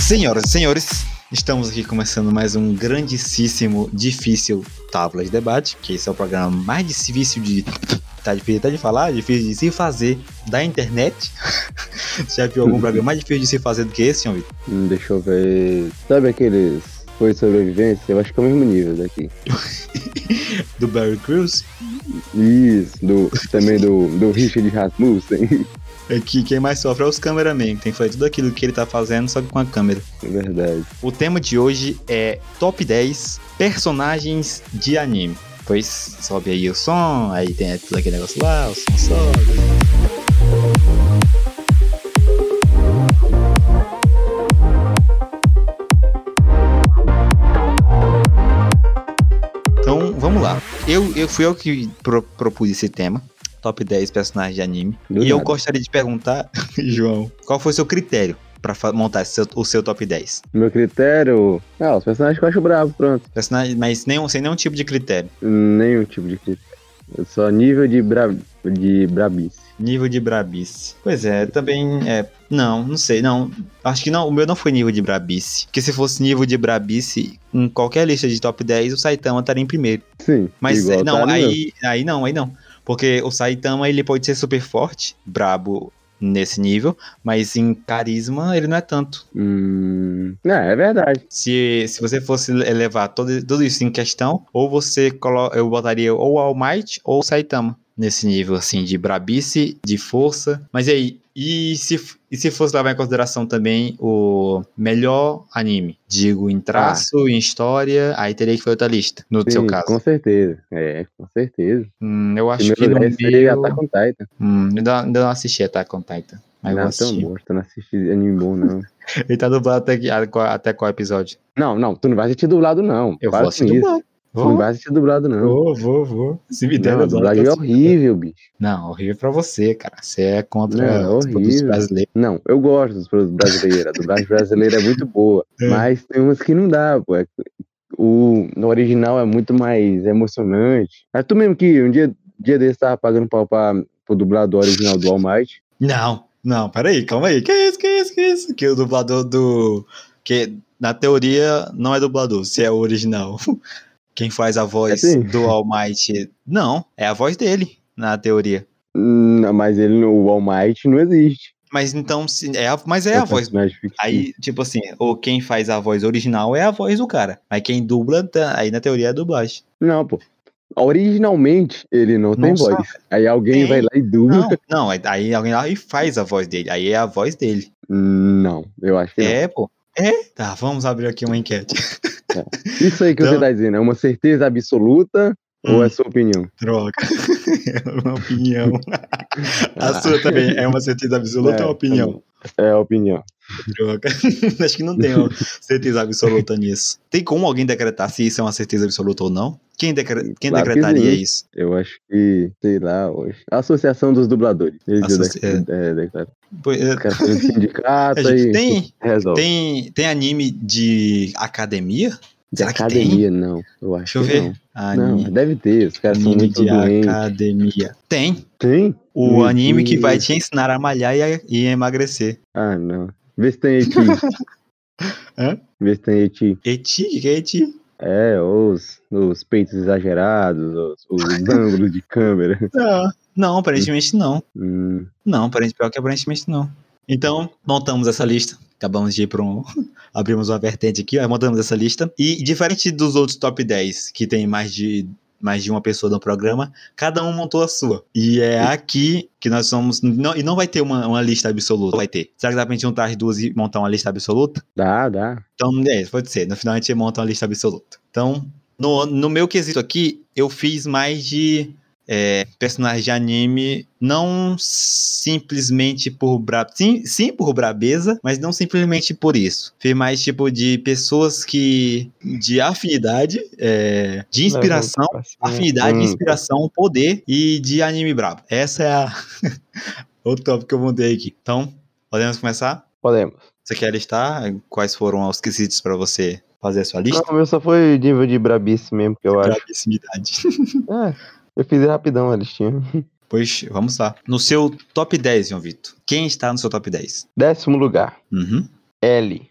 Senhoras e senhores, estamos aqui começando mais um grandíssimo, difícil Tábula de Debate, que esse é o programa mais difícil de. Tá difícil até de falar, difícil de se fazer da internet. Você já viu algum programa mais difícil de se fazer do que esse, senhor Vitor? Hum, Deixa eu ver. Sabe aqueles foi sobrevivência? Eu acho que é o mesmo nível daqui. Do Barry Crews? Isso, do, também do, do Richard Rasmussen. É que quem mais sofre é os cameramen, tem que fazer tudo aquilo que ele tá fazendo, só que com a câmera. É verdade. O tema de hoje é Top 10 Personagens de Anime. Pois sobe aí o som, aí tem tudo aquele negócio lá, o som sobe. Então, vamos lá. Eu, eu fui eu que pro- propus esse tema. Top 10 personagens de anime. Do e eu nada. gostaria de perguntar, João, qual foi o seu critério pra fa- montar seu- o seu top 10? Meu critério. Ah, os personagens que eu acho bravo, pronto. Personagem, mas nenhum, sem nenhum tipo de critério. Nenhum tipo de critério. Só nível de, bra... de brabice. Nível de brabice. Pois é, também é. Não, não sei, não. Acho que não, o meu não foi nível de brabice. Porque se fosse nível de brabice, em qualquer lista de top 10, o Saitama estaria em primeiro. Sim. Mas igual eh, não, tá no meu. aí, aí não, aí não. Porque o Saitama ele pode ser super forte, brabo nesse nível, mas em carisma ele não é tanto. Hum... Não, é verdade. Se, se você fosse levar todo, tudo isso em questão, ou você colo eu botaria ou o All Might ou o Saitama nesse nível assim de brabice, de força. Mas e aí, e se f- e se fosse levar em consideração também o melhor anime, digo em traço, em história, aí teria que fazer outra lista, no seu Ah. Sim, caso. Com certeza. É, com certeza. Hum, eu acho que Primeiro no lugar seria meu... Attack on Titan. Hum, ainda, ainda não assisti Attack on Titan. Mas eu vou não, tão assistir. bosta, não assisti anime bom, não. Ele tá dublado até, que- a- qual- até qual episódio? Não, não, tu não vai assistir dublado, não. Eu Para vou com assistir isso. dublado. Tu não vai assistir dublado, não. Vou, vou, vou. Se me der, Não, a eu dou dublagem é outra- horrível, bicho. Não, horrível pra você, cara. Você é contra Não, é os produtos horrível. brasileiros. Não, eu gosto dos produtos brasileiros. A dublagem brasileira é muito boa. É. Mas tem umas que não dá, pô. É- O, no original é muito mais emocionante. Mas tu mesmo que um dia, dia desse tava pagando pau pra, pro dublador original do All Might. Não, não, peraí, calma aí. Que isso, que isso, que isso? Que o dublador do. Que na teoria não é dublador, se é o original. Quem faz a É voz sim. do All Might. Não, é a voz dele, na teoria. Hum, Não, mas ele, o All Might não existe. um Mas então, se- é a- mas é a voz personagem fictício. Aí, tipo assim, ou quem faz a voz original é a voz do cara. Mas quem dubla, tá- aí na teoria é a dublagem. Não, pô. Originalmente ele não, tem Não sabe. voz. Aí alguém Tem. vai lá e dubla. Não, não, aí- aí alguém lá e faz a voz dele. Aí é a voz dele. Não, eu acho que não. É, pô. É? Tá, vamos abrir aqui uma enquete. Isso aí que Então- você tá dizendo, é uma certeza absoluta ou é Hum, sua opinião? Droga. é uma opinião. A sua também é uma certeza absoluta ou É, uma opinião? É a opinião. Droga. Acho que não tem uma certeza absoluta nisso. Tem como alguém decretar se isso é uma certeza absoluta ou não? Quem, decre- quem Claro que decretaria sim. isso? Eu acho que, sei lá, hoje. A Associação dos Dubladores. Eles Associ- dec- é, declaram. Pois é, Os caras têm um sindicato a gente e tem, resolve. Tem, tem anime de academia? De será que tem? academia, não. Eu Deixa acho eu que ver. não. Não, Anime, deve ter. Os caras são anime muito de doentes. academia. Tem. Tem? O Meu anime que vai Deus. te ensinar a malhar e, a- e emagrecer. Ah, não. Vê se tem Eti. Hã? Vê se tem Eti. Eti? O que é Eti? É, os, os peitos exagerados, os, os ângulos de câmera. Não. Não, aparentemente não. Hum. Não, aparente, pior que aparentemente não. Então, montamos essa lista. Acabamos de ir para um. Abrimos uma vertente aqui, ó, montamos essa lista. E diferente dos outros top 10, que tem mais de, mais de uma pessoa no programa, cada um montou a sua. E é aqui que nós somos. Não, e não vai ter uma, uma lista absoluta. Vai ter. Será que dá pra gente juntar as duas e montar uma lista absoluta? Dá, dá. Então, é, pode ser. No final a gente monta uma lista absoluta. Então, no, no meu quesito aqui, eu fiz mais de é, personagens de anime, não simplesmente por bra... sim, sim por brabeza, mas não simplesmente por isso. Fiz mais tipo de pessoas que. de afinidade, é, de inspiração. Afinidade, Hum. inspiração, poder e de anime brabo. Essa é a... o tópico que eu montei aqui. Então, podemos começar? Podemos. Você quer listar quais foram os quesitos pra você fazer a sua lista? Não, o meu só foi nível de brabice mesmo, que eu acho. Bravíssimidade. É, eu fiz rapidão a listinha. Pois, vamos lá. No seu top 10, João Vitor, quem está no seu top 10? Décimo lugar, Uhum. L.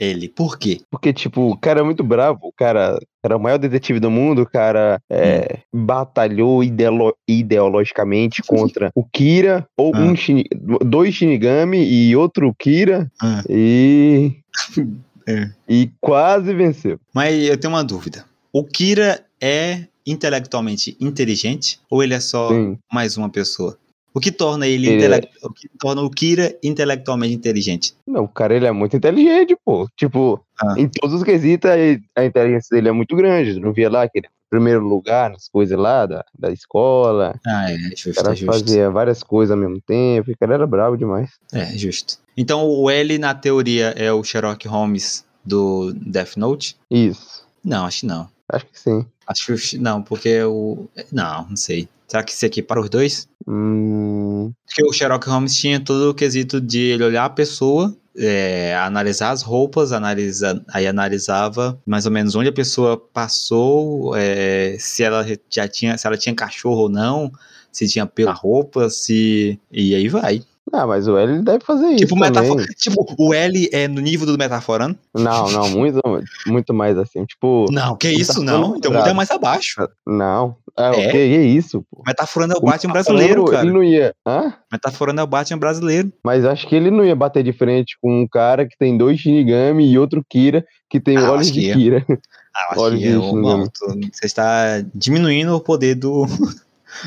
ele. Por quê? Porque, tipo, o cara é muito bravo, o cara era o maior detetive do mundo, o cara é, batalhou ideolo- ideologicamente contra o Kira, ou Ah. um shini- dois Shinigami e outro Kira, Ah. e. É. E quase venceu. Mas eu tenho uma dúvida. O Kira é intelectualmente inteligente ou ele é só Sim. mais uma pessoa? O que torna ele, Ele é- intele- o que torna o Kira intelectualmente inteligente? Não, o cara ele é muito inteligente, pô. Tipo, Ah. em todos os quesitos, a, a inteligência dele é muito grande. Tu não via lá aquele primeiro lugar, nas coisas lá da, da escola. Ah, é, O justo, cara é justo. fazia várias coisas ao mesmo tempo. O cara era bravo demais. É, justo. Então o L, na teoria, é o Sherlock Holmes do Death Note? Isso. Não, acho que não. Acho que sim. Acho que não, porque o. Não, não sei. Será que se equipara os dois? Hum, Porque o Sherlock Holmes tinha todo o quesito de ele olhar a pessoa, é, analisar as roupas, analisa, aí analisava mais ou menos onde a pessoa passou, é, se ela já tinha, se ela tinha cachorro ou não, se tinha pelo na roupa, se. E aí vai. Ah, mas o L deve fazer Tipo, isso também. metafor... tipo, o L é no nível do metaforando? Não, não, muito, muito mais assim. Tipo, Não, que isso, Metaforando não. Então brabo. muda mais abaixo. não. Ah, É? o que é isso, pô? Metaforando é o O Batman brasileiro, Ele cara. não ia. Hã? Metaforando é o Batman brasileiro. Mas acho que ele não ia bater de frente com um cara que tem dois Shinigami e outro Kira que tem Ah, olhos acho que de ia. Kira. Ah, eu acho Olha que isso, eu- né? bom, tu- você está diminuindo o poder do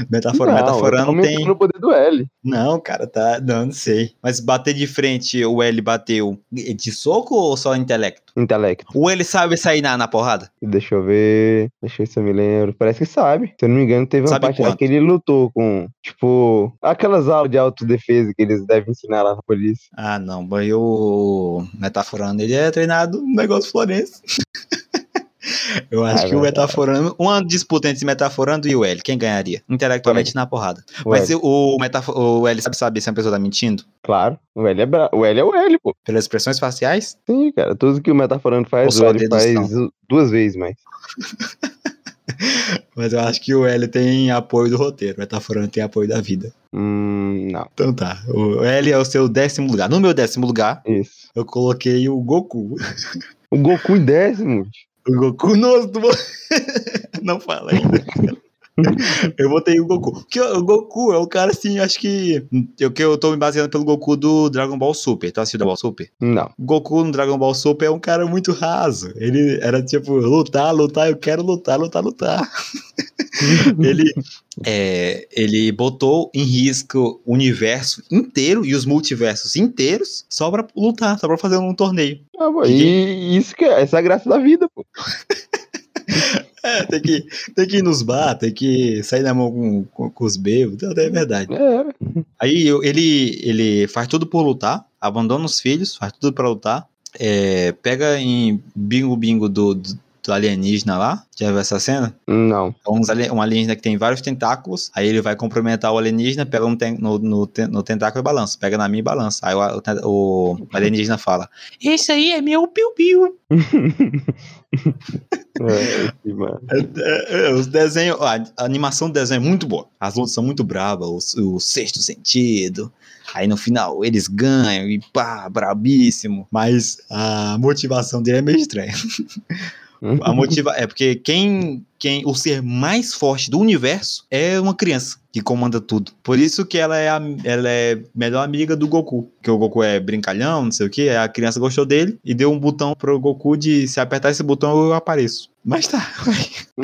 metaforando. eu tô metaforando aumentando tem. o poder do L. Não, cara, tá. Não, não sei. Mas bater de frente, o L bateu de soco ou só intelecto? Intelecto. O L sabe sair na, na porrada? Deixa eu ver. Deixa eu ver se eu me lembro. Parece que sabe. Se eu não me engano, teve uma Sabe parte lá quanto? que ele lutou com, tipo, aquelas aulas de autodefesa que eles devem ensinar lá na polícia. Ah, não. mas O metaforando, ele é treinado no negócio florense. Eu acho Ah, que o verdade. metaforando. Uma disputa entre metaforando e o L. Quem ganharia? Intelectualmente na porrada. Mas Ué, eu- o, metafo- o L sabe saber se a pessoa tá mentindo? Claro. O L, é bra... o L é o L, pô. Pelas expressões faciais? Sim, cara. Tudo que o metaforando faz, Ou o só a L faz duas vezes mais. Mas eu acho que o L tem apoio do roteiro, o metaforando tem apoio da vida. Hum, não. Então tá, o L é o seu décimo lugar. No meu décimo lugar, Isso. eu coloquei o Goku. O Goku em décimo. O Goku nos Não fala ainda. Eu botei o Goku. Porque o Goku é o cara assim, acho que. Eu, que eu tô me baseando pelo Goku do Dragon Ball Super. Tá assistindo Dragon Ball Super? Não. Goku no Dragon Ball Super é um cara muito raso. Ele era tipo, lutar, lutar, eu quero lutar, lutar, lutar. ele, é, ele botou em risco o universo inteiro e os multiversos inteiros só pra lutar, só pra fazer um torneio. Ah, pô, Que e isso que é, essa é a graça da vida, pô. É, tem que, tem que ir nos bar, tem que sair na mão com, com, com os bêbados, é verdade. É, Aí eu- ele, ele faz tudo por lutar, abandona os filhos, faz tudo pra lutar, é, pega em bingo-bingo do, do, do alienígena lá, já viu essa cena? não. É uns ali- um alienígena que tem vários tentáculos, aí ele vai cumprimentar o alienígena, pega um ten- no, no ten- no tentáculo e balança, pega na minha e balança. Aí o, a- o ten- o alienígena fala: Esse aí é meu piu-piu. É, esse, mano. É, é, é, Os desenhos, a a animação do desenho é muito boa, as lutas são muito bravas, o, o sexto sentido. Aí no final eles ganham e pá, brabíssimo. Mas a motivação dele é meio estranha. Hum? A motiva é porque quem, quem o ser mais forte do universo é uma criança que comanda tudo. Por isso que ela é a ela é melhor amiga do Goku, que o Goku é brincalhão, não sei o que, a criança gostou dele e deu um botão pro Goku de se apertar esse botão eu apareço. Mas tá.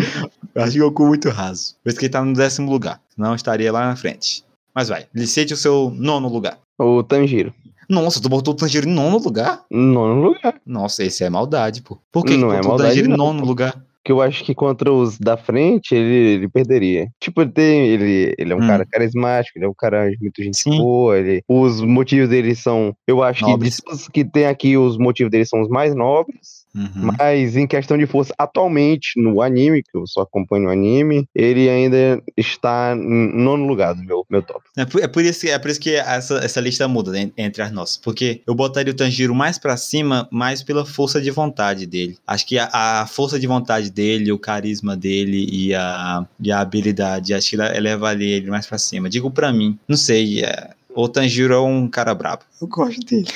eu acho o Goku muito raso. Por isso que ele tá no décimo lugar, senão eu estaria lá na frente. Mas vai, licite o seu nono lugar. O Tanjiro. Nossa, tu botou o Tanjiro em nono lugar? Nono lugar. Nossa, isso é maldade, pô. Por que, que Não é botou o maldade, Tanjiro em não. nono lugar? Que eu acho que contra os da frente ele, ele perderia. Tipo, ele tem. Ele, ele é um Hum. cara carismático, ele é um cara muito gente Sim. boa. Ele, os motivos dele são. Eu acho Nobres. que de todos que tem aqui, os motivos dele são os mais nobres. Uhum. Mas em questão de força, atualmente no anime, que eu só acompanho o anime, ele ainda está em nono lugar do meu, meu top. É por, é por isso, que- é por isso que essa, essa lista muda né, entre as nossas. Porque eu botaria o Tanjiro mais pra cima, mais pela força de vontade dele. Acho que a, a força de vontade dele, o carisma dele e a, e a habilidade, acho que ela elevaria ele mais pra cima. Digo pra mim, não sei. é, o Tanjiro é um cara brabo. Eu gosto dele.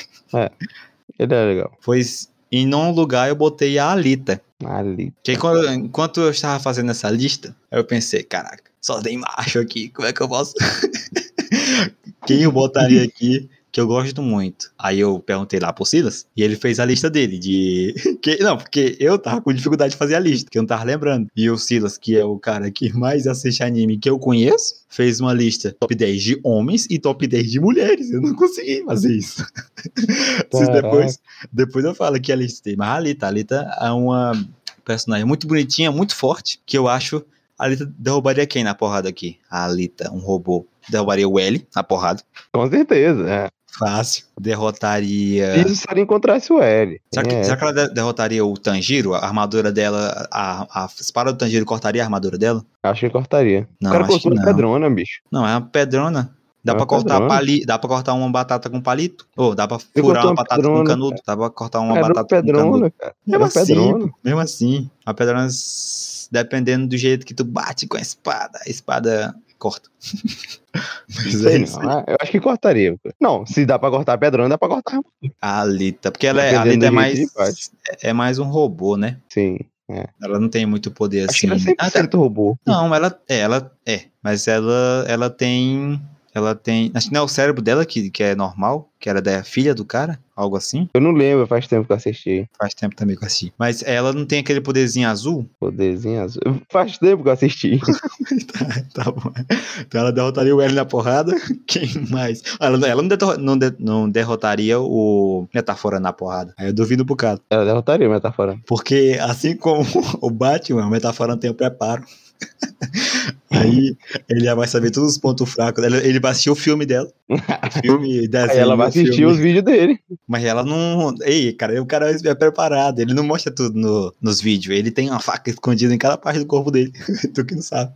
Ele é legal. Pois Em num lugar eu botei a Alita. Ali. Que quando, enquanto eu estava fazendo essa lista, eu pensei, caraca, só tem macho aqui, como é que eu posso? Quem eu botaria aqui que eu gosto muito? Aí eu perguntei lá pro Silas e ele fez a lista dele de. que- não, porque eu tava com dificuldade de fazer a lista, que eu não tava lembrando. E o Silas, que é o cara que mais assiste anime que eu conheço, fez uma lista top 10 de homens e top 10 de mulheres. Eu não consegui fazer isso. Vocês Caraca. depois, depois eu falo que a lista tem. Mas a Alita, a Alita é uma personagem muito bonitinha, muito forte, que eu acho a Alita derrubaria quem na porrada aqui? A Alita, um robô. Derrubaria o L na porrada. Com certeza. é. Fácil. Derrotaria. Isso se ela encontrasse o L. É. Será que, É. será que ela de- derrotaria o Tanjiro? A armadura dela. A, a espada do Tanjiro cortaria a armadura dela? Acho que cortaria. Não, o cara acho cortou que uma não. pedrona, bicho. Não, é uma pedrona. Dá É pra uma cortar pedrona. pali, dá pra cortar uma batata com palito? Ou dá pra Ele furar cortou uma, uma batata com pedrona, canudo? Dá pra cortar uma Era uma batata com canudo? pedrona, cara. Era Mesmo uma assim, pedrona. Mesmo assim, a pedrona, s- dependendo do jeito que tu bate com a espada, a espada corta. Mas é Sei isso. não, ah, eu acho que cortaria. Não, se dá pra cortar a pedrona, dá pra cortar. A Alita, porque ela é, a Dependendo Alita é do jeito que mais, é mais um robô, né? Sim. Ela não tem muito poder Acho que assim. ela é Ah, tá. 100% robô. Não, ela é, ela é, mas ela, ela tem, ela tem, acho que não é o cérebro dela que, que é normal, que era da filha do cara, algo assim. Eu não lembro, faz tempo que eu assisti. Faz tempo também que eu assisti. Mas ela não tem aquele poderzinho azul? Poderzinho azul. Faz tempo que eu assisti. tá, tá bom. Então ela derrotaria o L na porrada. Quem mais? Ela, ela não, detor- não de- não derrotaria o Metafora na porrada. Aí eu duvido um bocado. Ela derrotaria, mas tá fora. Porque assim como o Batman, o Metafora não tem o preparo. Aí ele já vai saber todos os pontos fracos. dela. Ele vai assistir o filme dela. O filme desenho, Aí ela vai assistir é filme. os vídeos dele. Mas ela não. Ei, cara, o cara é preparado. Ele não mostra tudo no- nos vídeos. Ele tem uma faca escondida em cada parte do corpo dele. tu que não sabe.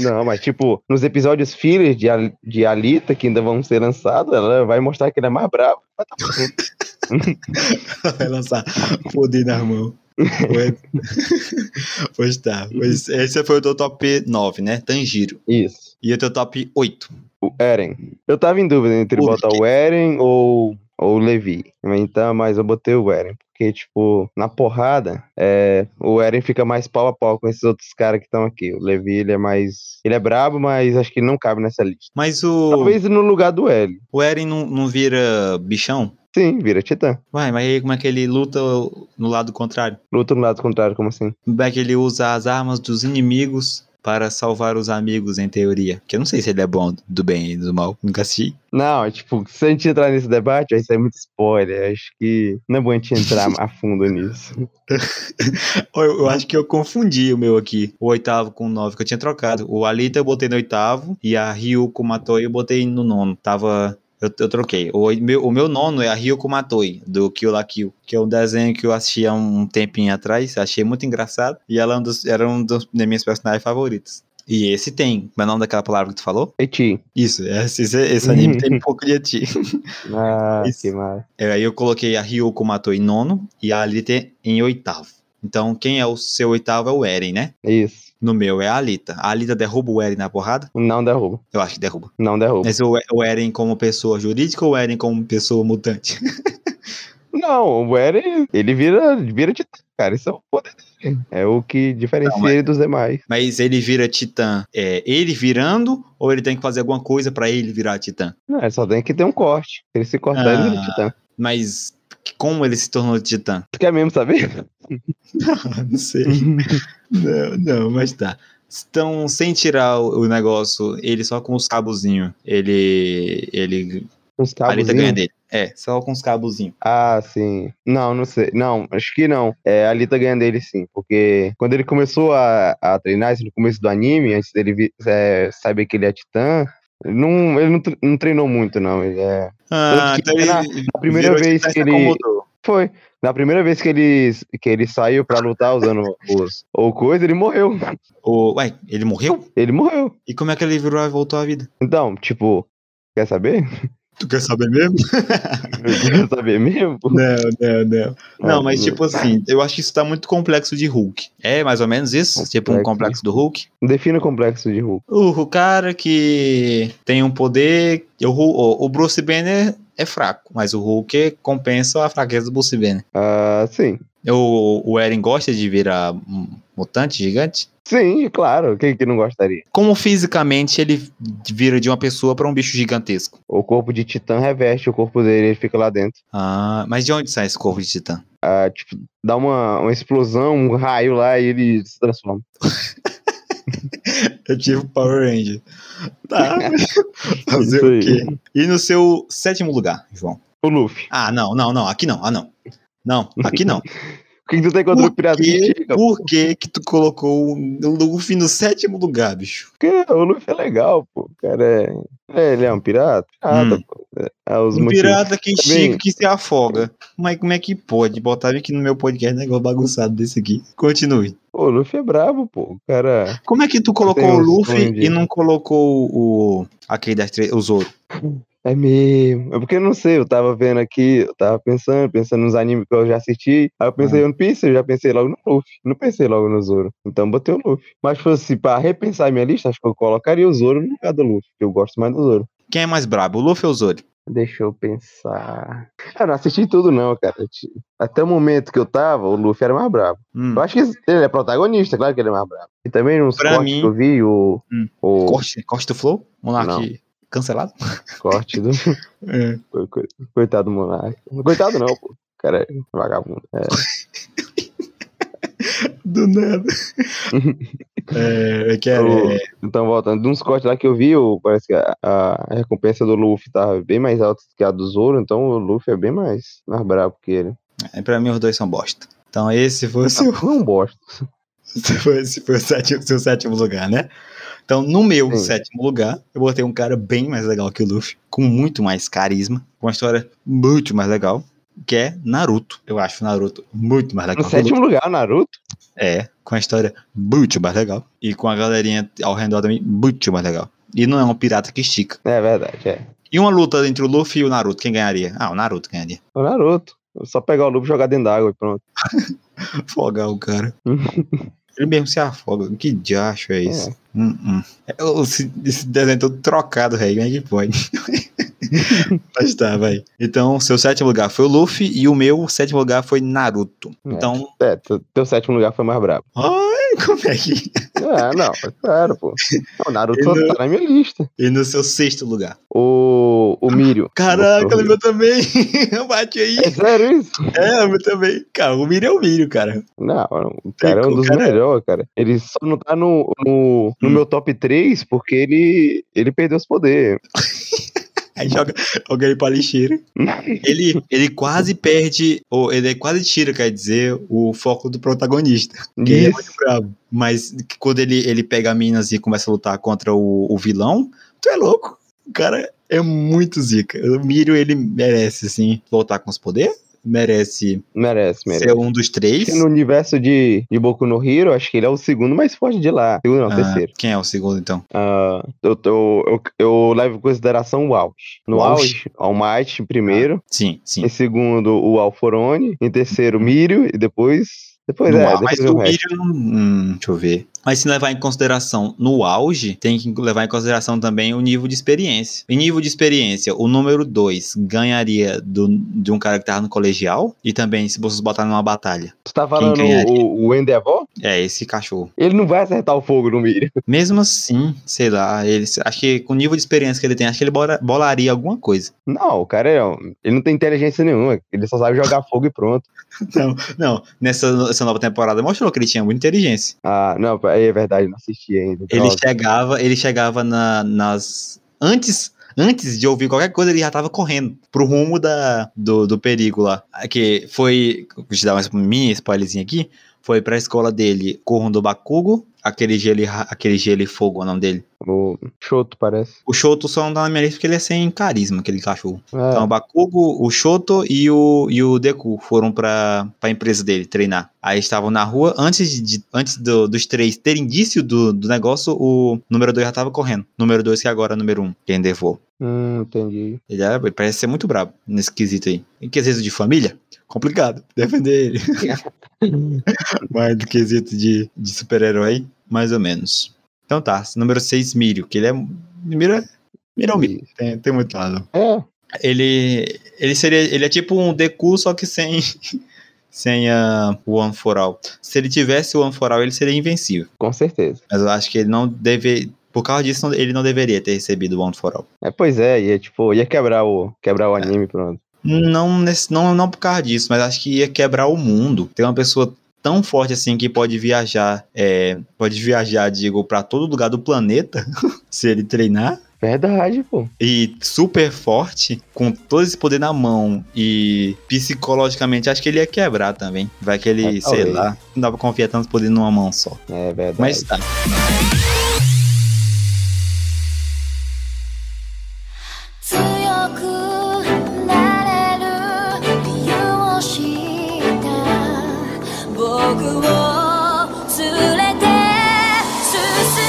Não, mas tipo, nos episódios fillers de, Al- de Alita, que ainda vão ser lançados, ela vai mostrar que ele é mais bravo. Vai tá bom. Vai lançar poder na mão. Pois- pois tá. Pois esse foi o teu top 9, né? Tanjiro. Isso. E o teu top 8. O Eren. Eu tava em dúvida entre Por botar quê? o Eren ou, ou o Levi. Então, mas eu botei o Eren. Porque, tipo, na porrada, é, o Eren fica mais pau a pau com esses outros caras que estão aqui. O Levi, ele é mais. Ele é brabo, mas acho que ele não cabe nessa lista. Mas o, Talvez no lugar do L. o Eren não, não vira bichão? Sim, vira Titã. Vai, mas aí como é que ele luta no lado contrário? Luta no lado contrário, como assim? Como é que ele usa as armas dos inimigos para salvar os amigos, em teoria? Que eu não sei se ele é bom do bem e do mal. Nunca assisti. Não, é tipo, se a gente entrar nesse debate, aí sai muito spoiler. Acho que não é bom a gente entrar a fundo nisso. Ó, Eu, eu acho que eu confundi o meu aqui. O oitavo com o nove que eu tinha trocado. O Alita eu botei no oitavo e a Ryuko Matoi eu botei no nono. Tava. Eu, eu troquei. O oi- meu, o meu nono é a Ryuko Matoi, do Kill La Kill, que é um desenho que eu assisti há um tempinho atrás, achei muito engraçado, e ela é um dos- era um dos, das minhas personagens favoritas. E esse tem. Como é o nome daquela palavra que tu falou? Eti. Isso, esse, esse, esse anime tem um pouco de eti. Ah, Isso. que maravilha. É, Aí eu coloquei a Ryoko Matou em nono e a Alita em oitavo. Então, quem é o seu oitavo é o Eren, né? Isso. No meu é a Alita. A Alita derruba o Eren na porrada? Não derruba. Eu acho que derruba. Não derruba. Mas o, o Eren como pessoa jurídica ou o Eren como pessoa mutante? Não, o Eren, ele vira, vira titã, cara. Isso é o poder dele. É o que diferencia Não, mas- ele dos demais. Mas ele vira titã, é ele virando ou ele tem que fazer alguma coisa pra ele virar titã? Não, ele só tem que ter um corte. Se ele se cortar, ele vira Ah. titã. Mas como ele se tornou titã? Tu quer mesmo saber? não sei. Não, não, mas tá. Então, sem tirar o o negócio, ele só com os cabozinhos, ele, ele Os A cabos. Alita ganha dele. É, só com os cabozinhos. Ah, sim. Não, não sei. Não, acho que não. É, a Alita ganha dele sim. Porque quando ele começou a, a treinar, isso no começo do anime, antes dele vi- é, saber que ele é titã. Ele não, ele não, tre- não treinou muito, não. Ele é... Ah, que então era ele A primeira virou vez titã e que se ele, acomodou. Foi. Na primeira vez que ele, que ele saiu pra lutar usando os, ou coisa, ele morreu. O... Ué, ele morreu? Ele morreu. E como é que ele virou e voltou à vida? Então, tipo, quer saber? Tu quer saber mesmo? Quer saber mesmo? Não, não, não. Não, mas não. tipo assim, eu acho que isso tá muito complexo de Hulk. É mais ou menos isso? Tipo um Complexo. complexo do Hulk? Defina o complexo de Hulk. O, o cara que tem um poder. O, Hu- o, o Bruce Banner é fraco, mas o Hulk compensa a fraqueza do Bruce Banner. Ah, sim. O, o Eren gosta de virar um mutante gigante? Sim, claro. Quem que não gostaria? Como fisicamente ele vira de uma pessoa pra um bicho gigantesco? O corpo de Titã reveste o corpo dele, ele fica lá dentro. Ah, mas de onde sai esse corpo de titã? Ah, tipo, dá uma, uma explosão, um raio lá e ele se transforma. Eu tive Power Ranger. Tá. Isso aí. E no seu sétimo lugar, João? O Luffy. Ah, não, não, não. Aqui não, ah, não. Não, aqui não. O que, que tu tem contra Por o pirata? que, Chica? por que que tu colocou o Luffy no sétimo lugar, bicho? Porque o Luffy é legal, pô. O cara é. é, Ele é um pirata? Pirata, Hum. pô. É, é os Um motivos. pirata que Também- chega que se afoga. Mas como é que pode? Botar aqui no meu podcast um negócio bagunçado desse aqui. Continue. Pô, o Luffy é brabo, pô. O cara. Como é que tu colocou Tem o uns Luffy doidinhos. e não colocou o. aquele das três. o Zoro? É mesmo. É porque eu não sei, eu tava vendo aqui, eu tava pensando, pensando nos animes que eu já assisti. Aí eu Hum. pensei no Piece, eu já pensei logo no Luffy. Não pensei logo no Zoro. Então botei o Luffy. Mas se fosse pra repensar minha lista, acho que eu colocaria o Zoro no lugar do Luffy, que eu gosto mais do Zoro. Quem é mais brabo, o Luffy ou o Zoro? Deixa eu pensar. Eu não assisti tudo, não, cara. Eu te- Até o momento que eu tava, o Luffy era mais brabo. Hum, Eu acho que ele é protagonista, claro que ele é mais brabo. E também nos Pra cortes mim- que eu vi, o, Hum. o corte, corte do Flow? Não. Monark cancelado? corte do. É. Co- co- Coitado do Monark. Coitado não, pô. O cara é vagabundo. É. Do nada. é, eu quero. O- Então, voltando, de uns cortes lá que eu vi, o- parece que a, a recompensa do Luffy tava bem mais alta que a do Zoro, então o Luffy é bem mais, mais brabo que ele. Ah, É, pra mim, os dois são bosta. Então, esse foi o seu, Não bosta. esse foi- esse foi o sétimo, seu sétimo lugar, né? Então, no meu Sim. sétimo lugar, eu botei um cara bem mais legal que o Luffy, com muito mais carisma, com uma história muito mais legal, que é Naruto. Eu acho Naruto muito mais No legal. que o Luffy. sétimo lugar, o Naruto. É, com a história muito mais legal. E com a galerinha ao redor também muito mais legal. E não é um pirata que estica. É verdade, é. E uma luta entre o Luffy e o Naruto, quem ganharia? Ah, o Naruto ganharia. O Naruto. Só pegar o Luffy e jogar dentro d'água e pronto. Afogar o cara. Ele mesmo se afoga. Que diacho é isso? Hum, hum. É, o- Esse, esse desenho todo trocado, velho. Como é que pode? Mas tá, vai. Então, seu sétimo lugar foi o Luffy e o meu sétimo lugar foi Naruto. É. Então, É, te- teu sétimo lugar foi mais brabo. ai, como é que... Ah, não, é claro, pô. O Naruto E só no- tá na minha lista. E no seu sexto lugar? O, o Mirio. Caraca, Gostou? o meu também. Bate aí. É sério isso? É, eu também. Cara, o milho é o milho, cara. Não, o cara é Rico, um dos cara. melhores, cara. Ele só não tá no, no, no Hum. meu top 3 porque ele, ele perdeu os poderes. Aí joga alguém pra lixeira. Ele, ele quase perde, ou ele quase tira, quer dizer, o foco do protagonista. Que ele é muito Isso. brabo. Mas quando ele, ele pega minas e começa a lutar contra o, o vilão, tu é louco. O cara é muito zica. O Mirio, ele merece, assim, voltar com os poderes. Merece, Merece, merece. ser um dos três. Acho que No universo de, de Boku no Hero, acho que ele é o segundo mais forte de lá. Segundo, não, Ah, terceiro. quem é o segundo, então? Ah, eu, tô- eu, eu levo em consideração o auge. No O Ah. auge, All Might em primeiro. Sim, sim. Em segundo, o Alforone. Em terceiro, o Mirio. E depois. Depois Uhum. No é, au- depois mas o o resto. milho, hum, deixa eu ver. Mas se levar em consideração no auge, tem que levar em consideração também o nível de experiência. Em nível de experiência, o número 2 ganharia do, de um cara que tava no colegial. E também, se vocês botar numa batalha, Tu tá falando ganharia? o, o Endeavor? é esse cachorro. Ele não vai acertar o fogo no Mirio. Mesmo assim, sei lá, ele, acho que com o nível de experiência que ele tem, acho que ele bola- bolaria alguma coisa. Não, o cara é, um- ele não tem inteligência nenhuma, ele só sabe jogar fogo e pronto. Não, nessa essa nova temporada mostrou que ele tinha muita inteligência. Ah, não, aí é verdade, não assisti ainda. Ele Nossa, chegava, ele chegava na- nas. Antes, antes de ouvir qualquer coisa, ele já tava correndo pro rumo da, do, do perigo lá. Que foi. Vou te dar uma mini spoilerzinho aqui. Foi pra escola dele, Corrun do Bakugo. aquele gelo, e ra- aquele gelo e fogo, é o nome dele. O Choto, parece. O Shoto só não tá na minha lista porque ele é sem carisma, aquele cachorro. É, Então, o Bakugo, o Shoto e o, e o Deku foram pra, pra empresa dele treinar. Aí estavam na rua, antes, de- de, antes do- dos três terem indício do, do negócio, o número dois já tava correndo. Número dois que agora é o número um, que ainda voou. hum, entendi. Ele, é- ele parece ser muito brabo nesse quesito aí. Em quesito de família, complicado. Defender ele. Mas do quesito de, de super-herói, mais ou menos. Então tá, número 6, Mírio, que ele é. Mírio é, Mírio é um Mírio, tem, tem muito lado. É, Ele, ele seria. Ele é tipo um Deku, só que sem. Sem a One For All. Se ele tivesse o One For All, ele seria invencível. com certeza. Mas eu acho que ele não deve. Por causa disso, não- ele não deveria ter recebido o One For All. É, pois é, ia tipo, ia quebrar o, quebrar o É. anime, pronto. Não, nesse- não, não por causa disso, mas acho que ia quebrar o mundo. Tem uma pessoa tão forte assim que pode viajar, é, pode viajar, digo, pra todo lugar do planeta, se ele treinar. Verdade, pô. E super forte, com todo esse poder na mão e psicologicamente, acho que ele ia quebrar também. Vai que ele, sei É, talvez. lá, não dá pra confiar tanto poder numa mão só. É verdade. Mas tá. 「強くなれる理由を知った」「僕を連れて進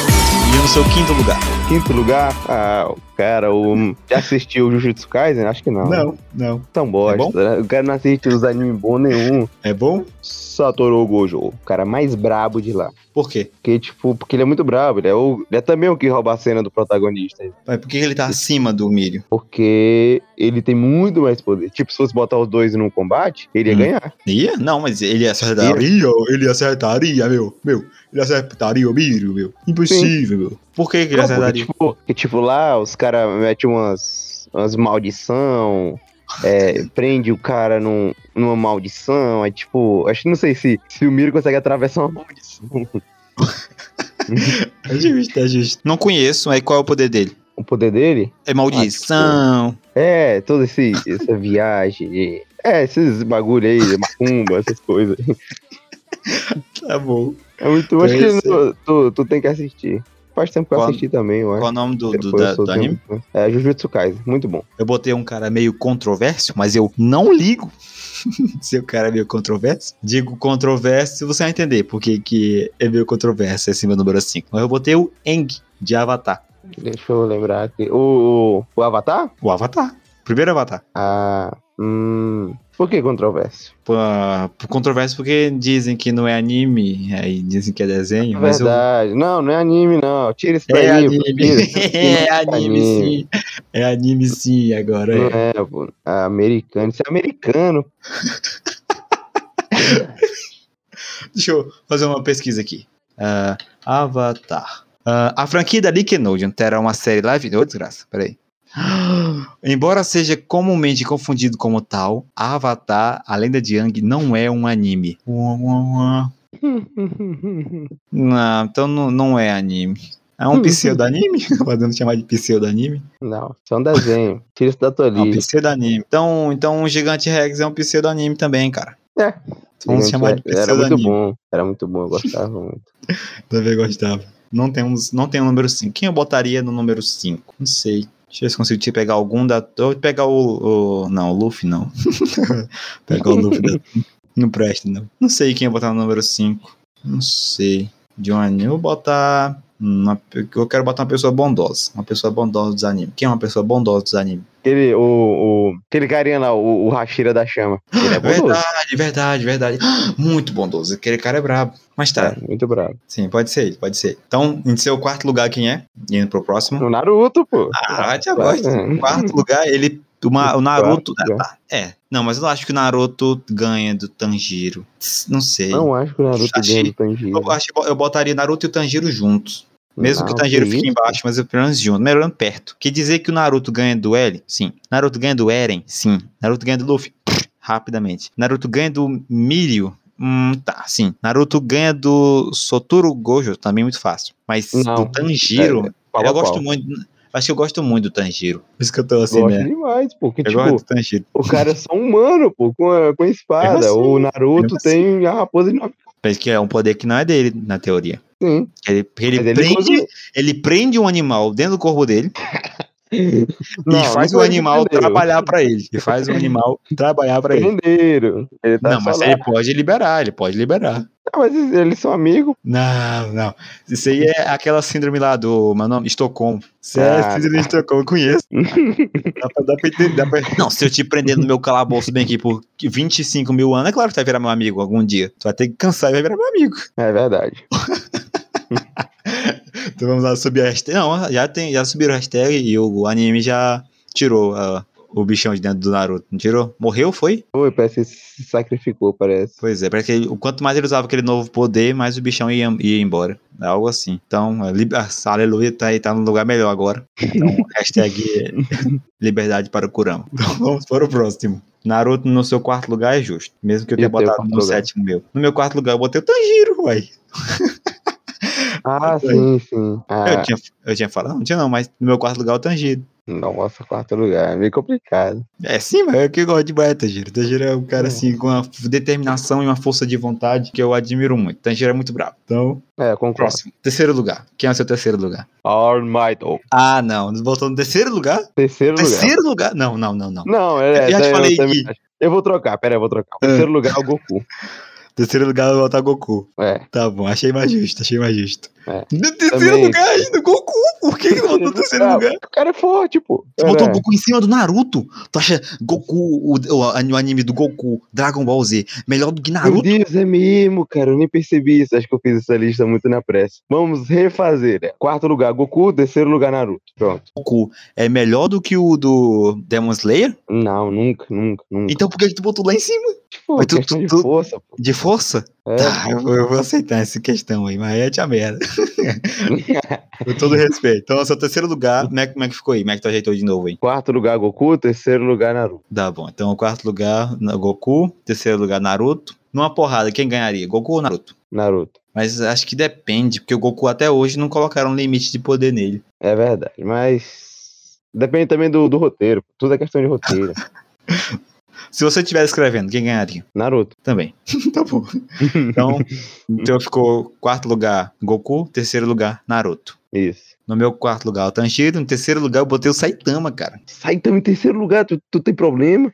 め」 E no seu quinto lugar? Quinto lugar, ah, o cara, o. Já assistiu o Jujutsu Kaisen? Acho que não. não. Tão bosta. É bom? né? O cara não assiste os animes bons nenhum. É bom? Satoru Gojo, o cara mais brabo de lá. Por quê? Porque, tipo, porque ele é muito brabo, ele é, o- ele é também o que rouba a cena do protagonista. Mas por que ele tá acima do milho? Porque ele tem muito mais poder. Tipo, se fosse botar os dois num combate, ele ia Hum. ganhar. Ia? Não, mas ele acertaria, ele acertaria, meu, meu. Ele acertaria o Mírio, meu. Impossível, meu. Por que, que ele Não, porque, acertaria? tipo, porque, tipo, lá os caras metem umas, umas maldição, é, prende o cara num, numa maldição. É tipo, acho que não sei se, se o Miro consegue atravessar uma maldição. É justo, é justo. Não conheço, aí qual é o poder dele? O poder dele É maldição. é toda esse, essa viagem. de- é, esses bagulho aí, de macumba, essas coisas. tá bom. É muito. acho Então, que esse- tu, tu, tu tem que assistir. Faz tempo que eu Qual- assisti também, eu acho. Qual é o nome do, do, Depois da- eu sou do anime? tempo. É Jujutsu Kaisen, muito bom. Eu botei um cara meio controverso, mas eu não ligo se o cara é meio controverso. Digo controverso, você vai entender porque que é meio controverso esse meu número 5. Mas eu botei o Eng, de Avatar. Deixa eu lembrar aqui. O, o Avatar? O Avatar. Primeiro Avatar. Ah, hum. Por que controverso? Pô, por controvérsia porque dizem que não é anime, aí dizem que é desenho, mas Verdade. Não, não é anime, não. Tira isso eu... É daí. anime, tira isso daí. é anime sim, é anime sim agora. Não é. é, pô. Ah, Americano. Isso é americano. Deixa eu fazer uma pesquisa aqui. Ah, Avatar. Ah, a franquia da Nickelodeon terá uma série live... Ô, desgraça, peraí. Embora seja comumente confundido como tal, Avatar, a lenda de Aang, não é um anime. Uá, uá, uá. Não, então não, não é anime. É um pseudo-anime? Podemos chamar de pseudo-anime? não, isso é um desenho. Tira isso da tua É um lista. pseudo-anime. Então, então o Gigante Rex é um pseudo-anime também, cara. É. Então Vamos chamar de Era muito pseudo-anime. bom. Era muito bom, eu gostava muito. Também gostava. Não temos, não tem o número 5. Quem eu botaria no número 5? Não sei. Deixa eu ver se consigo te pegar algum da. Eu vou pegar o, o- Não, o Luffy não. pegar o Luffy da. Não presta, não. Não sei quem eu botar no número 5. Não sei. Johnny, eu vou botar. Uma, pe- eu quero botar uma pessoa bondosa. Uma pessoa bondosa dos animes. Quem é uma pessoa bondosa dos animes? Aquele, o, o, aquele carinha lá, o, o Hashira da Chama. Ele é bondoso. Verdade, verdade, verdade. Muito bondoso. Aquele cara é brabo. Mas tá. É, muito bravo. Sim, pode ser ele, pode ser. Então, em seu quarto lugar, quem é? Indo pro próximo. O Naruto, pô. Ah, eu te gosto. É. Quarto lugar, ele. O, Ma- o Naruto. Hum, Quarto ah, tá. É. Não, mas eu não acho que o Naruto ganha do Tanjiro. Não sei. Não acho que o Naruto Achei. ganha do Tanjiro. Eu, acho que eu botaria Naruto e o Tanjiro juntos. Mesmo que o Não, Tanjiro fique isso? embaixo, mas eu pelo menos junto. Pelo menos perto. Quer dizer que o Naruto ganha do L? Sim. Naruto ganha do Eren? Sim. Naruto ganha do Luffy? Rapidamente. Naruto ganha do Mirio? Hum, tá, sim. Naruto ganha do Satoru Gojo, também muito fácil. Mas Não. do Tanjiro, Pau a eu gosto pau. muito. Acho que eu gosto muito do Tanjiro. Por isso que eu tô assim, Gosto né? demais, pô. Porque, Eu tipo, gosto do Tanjiro. o cara é só um humano, pô, com a, com a espada. Mesmo assim, o Naruto mesmo tem a raposa de nove Mas que é um poder que não é dele, na teoria. Sim. Ele, ele Mas ele prende, conseguiu. ele prende um animal dentro do corpo dele e Não, faz não o é foi animal entendeu. trabalhar pra ele. E faz o animal trabalhar pra ele. Prenderam. é Ele tá Não, mas é- só ele lá. pode liberar, ele pode liberar. Ah, mas eles são amigos. Não, não. Isso aí é aquela síndrome lá do. Meu nome? Estocolmo. Isso é Ah, síndrome de Estocolmo, eu conheço. dá pra, dá pra entender. dá pra- Não, se eu te prender no meu calabouço bem aqui por 25 mil anos, é claro que tu vai virar meu amigo algum dia. Tu vai ter que cansar e vai virar meu amigo. É verdade. Então vamos lá subir a hashtag. Não, já, tem, já subiram a hashtag e o anime já tirou ah, o bichão de dentro do Naruto. Não tirou? Morreu, foi? Foi, parece que se sacrificou, parece. Pois é, parece que ele- o quanto mais ele usava aquele novo poder, mais o bichão ia, ia embora. É Algo assim. Então, a li- a- aleluia, tá, aí, tá no lugar melhor agora. Então, hashtag é, liberdade para o Kurama. Então, vamos para o próximo. Naruto no seu quarto lugar é justo. Mesmo que eu E tenha o teu botado quarto no lugar? sétimo meu. No meu quarto lugar eu botei o Tanjiro, uai. Ah, Foi. sim, sim. Eu, Ah, tinha, eu tinha falado, não tinha não, mas no meu quarto lugar é o Tanjiro. nossa, quarto lugar. É meio complicado. É sim, mas eu que gosto de Bahia, Tanjiro. Tanjiro é um cara É. assim, com uma determinação e uma força de vontade que eu admiro muito. Tanjiro é muito bravo. Então, É, concordo. próximo. Terceiro lugar. Quem é o seu terceiro lugar? All Might. Oh, Ah, não. Nos botou no terceiro lugar? terceiro lugar. terceiro lugar? Não, não, não, não. Não, é. Eu já te é, falei também que- acho. Eu vou trocar, pera, eu vou trocar. O terceiro lugar é o Goku. Terceiro lugar eu botar Goku. É. Tá bom, achei mais justo, achei mais justo. É. No terceiro Também- lugar ainda, Goku. Por que que botou no terceiro Ah, lugar? O cara é forte, pô. Tu botou o É. Goku em cima do Naruto. Tu acha Goku, o, o, o anime do Goku, Dragon Ball Z, melhor do que Meu Naruto? Deus, é mesmo, cara. Eu nem percebi isso. Acho que eu fiz essa lista muito na pressa. Vamos refazer. né? Quarto lugar, Goku. Terceiro lugar, Naruto. Pronto. Goku é melhor do que o do Demon Slayer? Não, nunca, nunca, nunca. Então por que que tu botou lá em cima? Tipo, mas tu- questão tu- de tu- força, pô. De força? É. Tá, eu, eu vou aceitar essa questão aí, mas é tia merda. Com todo respeito. Então, seu terceiro lugar, como é, que- como é que ficou aí? Como é que tu ajeitou de novo aí? Quarto lugar, Goku. Terceiro lugar, Naruto. Tá bom. Então, o quarto lugar, na- Goku. Terceiro lugar, Naruto. Numa porrada, quem ganharia? Goku ou Naruto? Naruto. Mas acho que depende, porque o Goku até hoje não colocaram um limite de poder nele. É verdade, mas. Depende também do, do roteiro. Tudo é questão de roteiro. Se você estiver escrevendo, quem ganharia? Naruto. Também. tá bom. Então, então ficou quarto lugar, Goku. Terceiro lugar, Naruto. Isso. No meu quarto lugar, o Tanjiro. No terceiro lugar, eu botei o Saitama, cara. Saitama em terceiro lugar, tu, tu tem problema?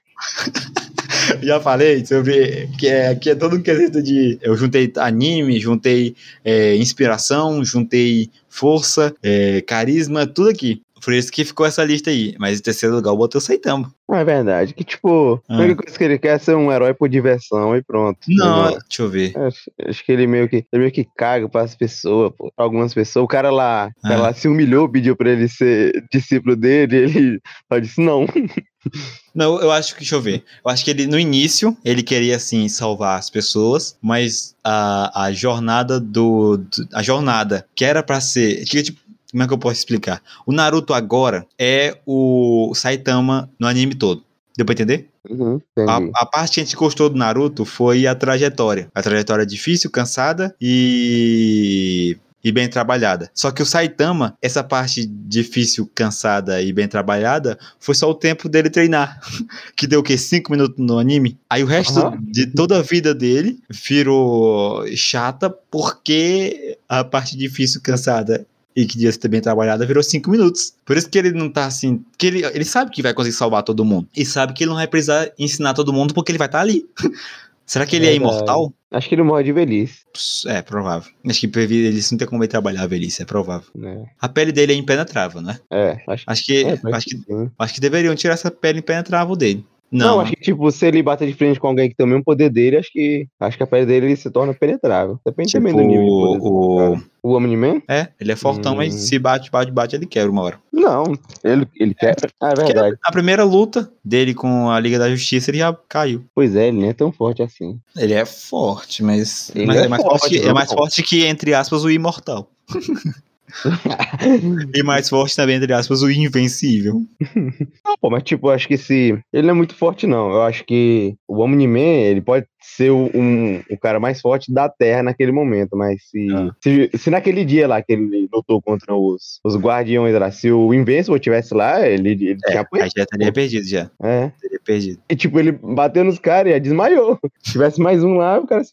Já falei sobre que é, que é todo um quesito de. Eu juntei anime, juntei é, inspiração, juntei força, é, carisma, tudo aqui. Por isso que ficou essa lista aí. Mas em terceiro lugar, eu botei o Saitama. Não é verdade. Que tipo, Ah. a única coisa que ele quer é ser um herói por diversão e pronto. Não, deixa eu ver. Acho, acho que ele meio que, ele meio que caga para as pessoas, pô. Pra algumas pessoas. O cara lá, o cara Ah. lá se humilhou, pediu pra ele ser discípulo dele, ele só disse não. Não, eu acho que, deixa eu ver. Eu acho que ele, no início, ele queria, assim, salvar as pessoas, mas a, a jornada do, do- A jornada que era pra ser. que, tipo, como é que eu posso explicar? O Naruto agora é o Saitama no anime todo. Deu pra entender? Uhum, A, entendi. a parte que a gente gostou do Naruto foi a trajetória. A trajetória difícil, cansada e. E bem trabalhada. Só que o Saitama, essa parte difícil, cansada e bem trabalhada, foi só o tempo dele treinar. que deu o quê? Cinco minutos no anime? Aí o resto Aham. de toda a vida dele virou chata porque a parte difícil, cansada e que devia ser bem trabalhada, virou cinco minutos. Por isso que ele não tá assim. Que ele, ele sabe que vai conseguir salvar todo mundo. E sabe que ele não vai precisar ensinar todo mundo porque ele vai estar ali. Será que ele é Verdade. imortal? Acho que ele morre de velhice, Ps, É, provável. Acho que previ- ele não tem como ele trabalhar a velhice, é provável. né? A pele dele é impenetrável, né? É, acho, Acho que, é, acho que, sim. acho que deveriam tirar essa pele impenetrável dele. Não, Não, acho que tipo, se ele bater de frente com alguém que tem o mesmo poder dele, acho que acho que a pele dele se torna penetrável. Depende tipo, também do né? nível de poder. dele. o, O Omni-Man? É, ele é fortão, mas Hum. se bate, bate, bate, ele quebra uma hora. Não, ele, ele quer. Ah, é Porque verdade. a primeira luta dele com a Liga da Justiça, ele já caiu. Pois é, ele nem é tão forte assim. Ele é forte, mas, Ele mas é, é mais forte, forte, ele é é mais forte. forte que, entre aspas, o imortal. e mais forte também, entre aspas, o invencível. Não, pô, mas tipo, eu acho que se. Ele não é muito forte, não. Eu acho que o Omni-Man, ele pode ser o, um- o cara mais forte da Terra naquele momento, mas se, Ah. se. se naquele dia lá que ele lutou contra os, os guardiões lá, se o Invincible tivesse lá, ele, ele É, aí tinha apanhado. já teria perdido, já. É. Teria perdido. E tipo, ele bateu nos caras e desmaiou. Se tivesse mais um lá, o cara se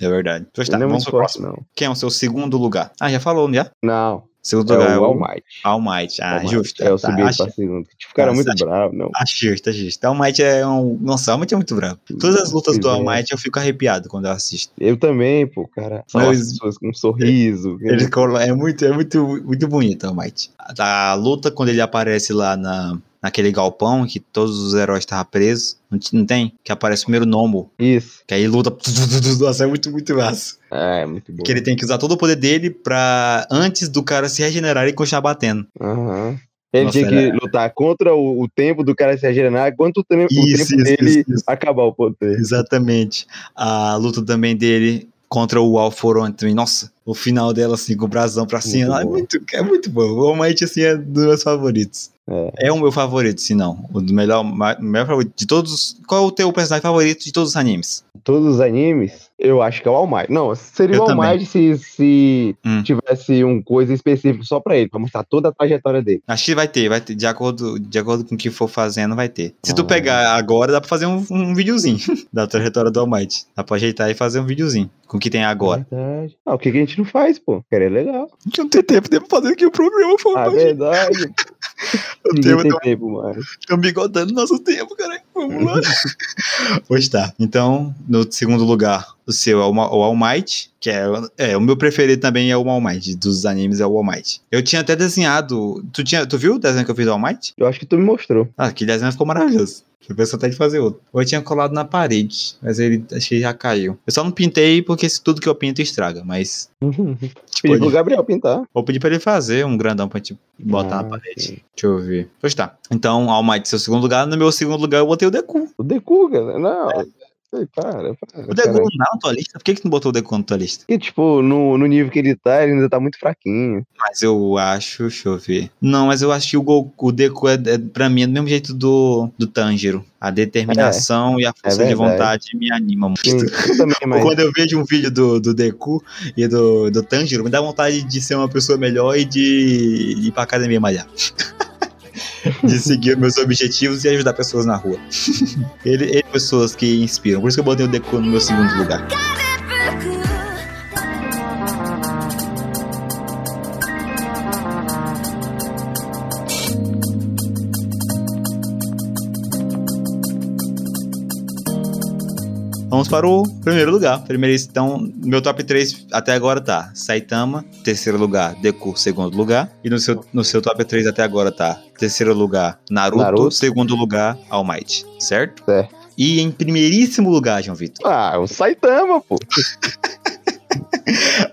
É, É verdade. Pois tá, Ele não é vamos muito pro forte, próximo. não. Quem é o seu segundo lugar? Ah, já falou, já? Não, Segundo é lugar é o o All Might. All Might. Ah, All Might. justo. É, eu tá, subi achei- pra Tipo, segundo. Ficaram é muito Nossa, bravos, não. Ah, justo, justo. All Might é um. Nossa, All Might é muito branco. Todas as lutas do Pois é. All Might eu fico arrepiado quando eu assisto. Eu também, pô, cara. São Não, as eles- pessoas com um sorriso. Ele colo- é muito, é muito, muito bonito, All Might. A luta quando ele aparece lá na, naquele galpão que todos os heróis estavam presos. Não, ti- não tem? Que aparece primeiro o Nomo. Isso. Que aí luta. Nossa, é muito, muito massa. É, muito bom. Que ele tem que usar todo o poder dele pra. Antes do cara se regenerar e continuar batendo. Aham. Ele Nossa, é- tinha que lutar contra o, o tempo do cara se regenerar, quanto o, tre- o Isso, tempo isso, dele isso, isso. acabar o poder. Exatamente. A luta também dele contra o Alforon também. Nossa, o final dela, assim, com o brasão pra cima. Muito é, muito, é muito bom. O All Might, assim, é um dos meus favoritos. É, o meu favorito, se não. O do melhor, ma- melhor favorito de todos. os- Qual é o teu personagem favorito de todos os animes? Todos os animes, eu acho que é o All Might. Não, seria Eu o All também. Might se, se Hum. tivesse um coisa específica só pra ele, pra mostrar toda a trajetória dele. Acho que vai ter, vai ter. De acordo, de acordo com o que for fazendo, vai ter. Se tu Ah. pegar agora, dá pra fazer um, um videozinho da trajetória do All Might. Dá pra ajeitar e fazer um videozinho com o que tem agora. Verdade. Ah, o que, que a gente não faz, pô? Cara, é legal. Que eu não tenho tempo de fazer aqui o programa, foi Ah, verdade. Eu Ninguém tenho- tem tempo, mano. Estão bigodando nosso tempo, cara. Vamos lá. pois tá. Então, no segundo lugar, o seu é o Ma- o All Might, que é, é o meu preferido também é o All Might, dos animes é o All Might. Eu tinha até desenhado, tu tinha, tu viu o desenho que eu fiz do All Might? Eu acho que tu me mostrou. Ah, aquele desenho ficou maravilhoso. Eu pensei até de fazer outro. Eu tinha colado na parede, mas ele achei já caiu. Eu só não pintei porque se tudo que eu pinto estraga, mas Pedi pro ele- Gabriel pintar. vou pedir pra ele fazer um grandão pra gente botar Ah, na parede. sim. Deixa eu ver. Pois tá. Então, All Might, seu segundo lugar. No meu segundo lugar, eu botei o Deku. O Deku, cara. Não. Ei, para, para. O Deku cara. não tá na tua lista? Por que, que tu não botou o Deku na tua lista? Porque, tipo, no, no nível que ele tá, ele ainda tá muito fraquinho. Mas eu acho, deixa eu ver. Não, mas eu acho que o, Goku, o Deku é, é, pra mim, é do mesmo jeito do, do Tanjiro. A determinação e a força de É. verdade. vontade me animam muito. Sim, eu também, mas Quando eu vejo um vídeo do, do Deku e do, do Tanjiro, me dá vontade de ser uma pessoa melhor e de ir pra academia malhar. de seguir meus objetivos e ajudar pessoas na rua. ele, ele é pessoas que inspiram. Por isso que eu botei o Deku no meu segundo lugar. く Vamos para o primeiro lugar. Primeiro, então, meu top 3 até agora tá Saitama, terceiro lugar, Deku, segundo lugar. E no seu, no seu top 3 até agora tá terceiro lugar, Naruto, Naruto. segundo lugar, All Might, certo? Certo. E em primeiríssimo lugar, João Vitor. Ah, o Saitama, pô.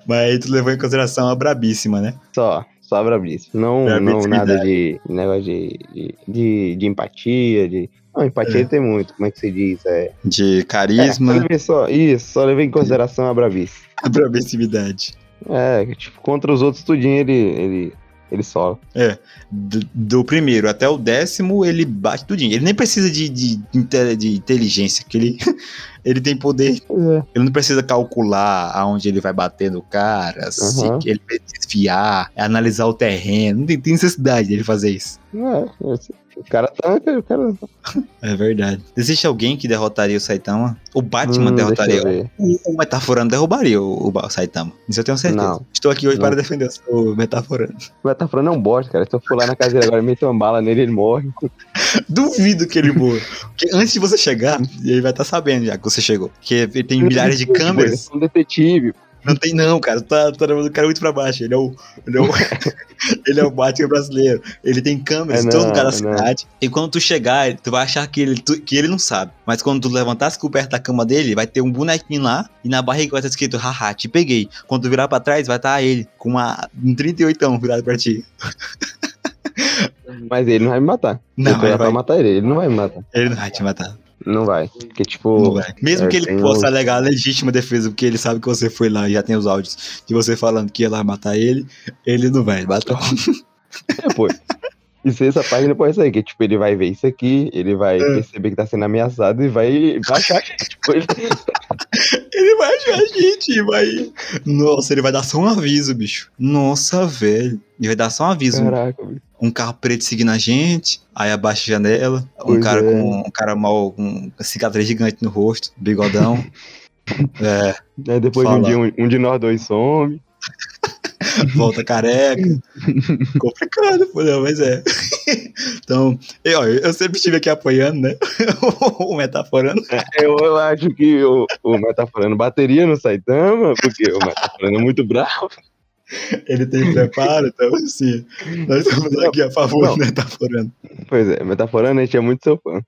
Mas aí tu levou em consideração a brabíssima, né? Só, só brabíssimo. Não, não Brabíssimo, nada de negócio de, de, de, de empatia, de... Não, empatia É. tem muito, como é que se diz? É, De é, só carisma, levei só, isso, só levei em consideração a brabice. a brabissimidade. É, que, tipo, contra os outros tudinho ele, ele, ele só. Do, do primeiro até o décimo, ele bate tudinho. Ele nem precisa de, de, inte- de inteligência, que ele, ele tem poder Pois é. Ele não precisa calcular aonde ele vai bater no cara, se Aham. ele vai desfiar, analisar o terreno. Não tem, tem necessidade dele fazer isso. É, esse- o cara tanca, o cara... É verdade. Existe alguém que derrotaria o Saitama? O Batman Hum, derrotaria. deixa eu ver. O, o Metaforando derrubaria o, o Ba- Saitama. Isso eu tenho certeza. Não. Estou aqui hoje Não. para defender o Metaforando. Vai tá falando, não, bosta, cara. Se eu for lá na casa dele agora e meter uma bala nele, ele morre. Duvido que ele morra. Porque antes de você chegar, ele vai estar sabendo já que você chegou. Porque ele tem milhares de Ele câmeras. é um detetive. Não tem não, cara. Tá, tá levando o cara muito pra baixo. Ele é o, ele é o, ele é o Batman brasileiro. Ele tem câmeras É em todo lugar da não, é não. cidade. E quando tu chegar, tu vai achar que ele, tu- que ele não sabe. Mas quando tu levantar se coberta da cama dele, vai ter um bonequinho lá. E na barriga vai estar escrito, haha, te peguei. Quando tu virar pra trás, vai estar ele. Com uma, um 38 virado pra ti. Mas ele não vai me matar. Não, eu tô ele lá pra vai- matar ele. Ele não vai me matar. Ele não vai te matar. Não vai. Porque, tipo. Não vai. Mesmo eu que ele tenho- possa alegar a legítima defesa, porque ele sabe que você foi lá e já tem os áudios de você falando que ia lá matar ele, ele não vai matar. É, pô. Isso essa página pode sair, que tipo, ele vai ver isso aqui, ele vai É. perceber que tá sendo ameaçado e vai baixar. tipo, ele... Ele vai achar a gente, e vai. Nossa, ele vai dar só um aviso, bicho. Nossa, velho. Ele vai dar só um aviso. Caraca, bicho. Um carro preto seguindo a gente, aí abaixa a janela, um Pois cara é. com um cara mal com cicatriz gigante no rosto, bigodão. É, Aí depois um Fala. dia um, um de nós dois some. volta careca. Complicado, pô, não, mas é. Então, eu, ó, eu sempre estive aqui apoiando, né? o metaforando. Eu, eu acho que o, o Metaforano bateria no Saitama, porque o Metaforano é muito bravo. Ele tem preparo, então, assim, nós estamos aqui a favor Não. do metaforando. Pois é, Metaforano a gente é muito seu fã.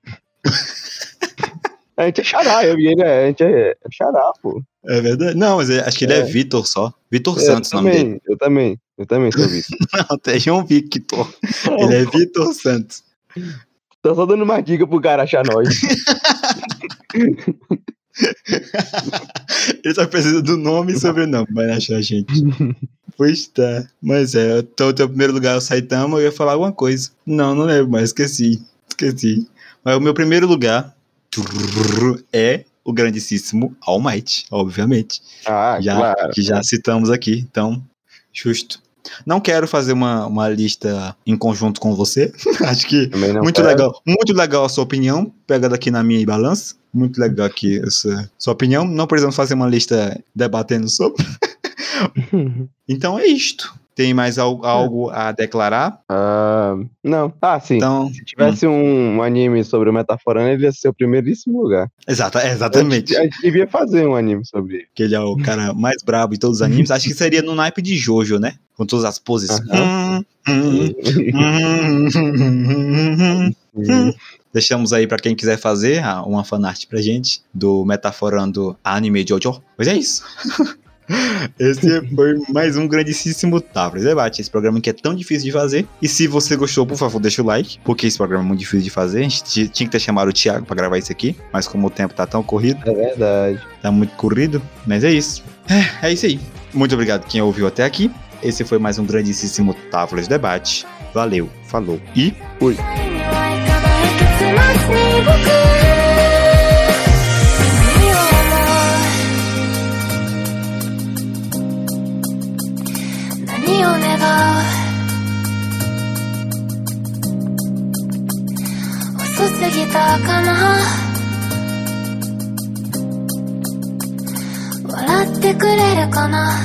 A gente é xará, eu e ele é, a gente é, é xará, pô. É verdade? Não, mas é- acho que ele é, Vitor só. Vitor É, eu Santos, o nome dele. também, eu também, eu também sou visto. Não, tem João Victor. Ele é Vitor Santos. Tô só dando uma dica pro cara achar nós. Ele só precisa do nome e sobrenome, vai achar a gente. Pois tá. Mas é, então o teu primeiro lugar é o Saitama, eu ia falar alguma coisa. Não, não lembro, mas esqueci. Esqueci. Mas o meu primeiro lugar é o grandíssimo All Might, obviamente. Ah, já, claro. que já citamos aqui, então, justo. Não quero fazer uma, uma lista em conjunto com você. Acho que Também não muito quero. legal. Muito legal a sua opinião. Pega daqui na minha e balança. Muito legal aqui essa sua opinião. Não precisamos fazer uma lista debatendo sobre. Então é isto. Tem mais al- algo a declarar? Ah, não. Ah, sim. Então, Se tivesse um, anime sobre o Metaforano, ele ia ser o primeiríssimo lugar. exata, A exatamente. gente, a gente devia fazer um anime sobre ele. Que ele é o cara mais brabo de todos os animes. Acho que seria no naipe de Jojo, né? Com todas as poses. Aham. Hum, hum, hum. Deixamos aí pra quem quiser fazer ah, uma fanart pra gente do Metaforando Anime Jojo. Pois é isso. Esse foi mais um grandíssimo Tavros Debate, esse programa que é tão difícil de fazer. E se você gostou, por favor, deixa o like, porque esse programa é muito difícil de fazer. A gente ti- tinha que ter chamado o Thiago pra gravar isso aqui, mas como o tempo tá tão corrido, É verdade. tá muito corrido, mas é isso. É, é isso aí. Muito obrigado quem ouviu até aqui. Esse foi mais um grandíssimo Tavros Debate. Valeu, falou e 「輝くつまつに僕」「輝くつまつに僕」「何を願う」「遅すぎたかな」「笑ってくれるかな」